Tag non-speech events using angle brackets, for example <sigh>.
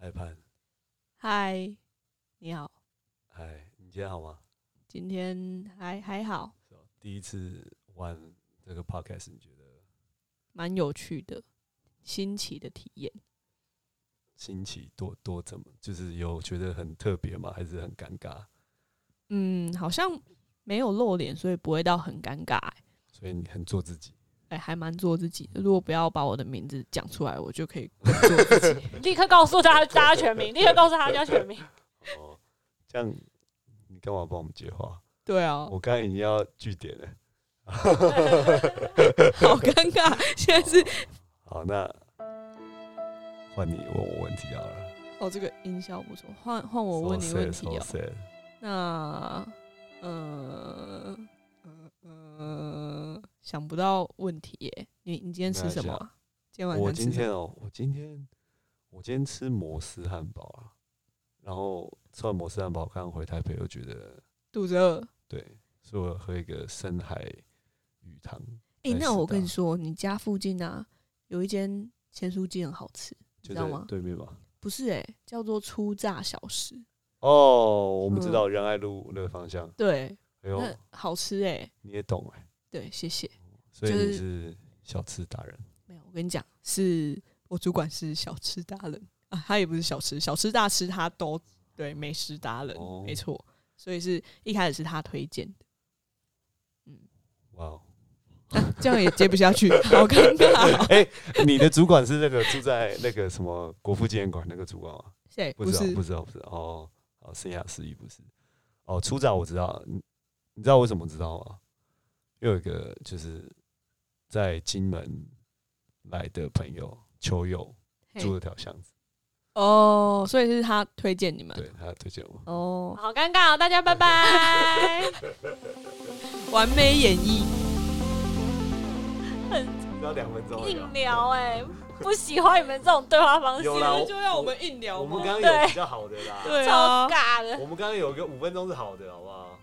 嗨潘，嗨，你好，嗨，你今天好吗？今天还还好，是吧第一次玩这个 podcast，你觉得蛮有趣的，新奇的体验。新奇多多怎么？就是有觉得很特别吗？还是很尴尬？嗯，好像没有露脸，所以不会到很尴尬、欸，所以你很做自己，哎、还蛮做自己的。如果不要把我的名字讲出来，我 <laughs> 就可以更做自己。立刻告诉大家大家全名，立刻告诉大家 <laughs> 全名。哦，这样你干嘛帮我们接话？对啊，我刚才已经要据点了。 <laughs> 好尴尬，现在是好，那换你问我问题好了。哦，这个音效不错，换换我问你问题 So sad, 哦。so sad 那，呃，呃，呃，想不到问题耶。你你今天吃什么啊？今天晚我上今吃什天么？哦，我今天我今天吃摩斯汉堡啊，然后吃完摩斯汉堡，刚刚回台北，又觉得肚子饿。对，所以我喝一个深海鱼汤，诶，来那四我大跟你说，你家附近啊有一间咸酥鸡很好吃，你就知道在吗？对面嘛。不是诶，叫做初炸小食，哦，我们知道仁爱路那个方向。对，哎呦，嗯那好吃诶。你也懂哎，对，谢谢。所以就你是是小吃达人。没有，我跟你讲，是我主管是小吃达人啊，他也不是小吃，小吃大师他都对美食达人，哦没错，所以是一开始是他推荐的，哇哦，啊、这样也接不下去， <laughs> 好尴尬、哎，你的主管是那个住在那个什么国父纪念馆那个主管吗？对，不不知道，是不知道，不知道。哦，好，生涯失忆不是。哦，初长我知道，你你知道为什么知道吗？又有一个就是在金门来的朋友秋友嘿住那条巷子，哦，所以是他推荐你们对他推荐我。哦，好尴尬、哦，大家 <laughs> 拜拜。完美演绎，只要两分钟啊硬聊哎、不喜欢你们这种对话方式，有啦我就要我们硬聊我吗们刚刚对有比较好的啦，对超啊，尬的。我们刚刚有一个五分钟是好的，好不好？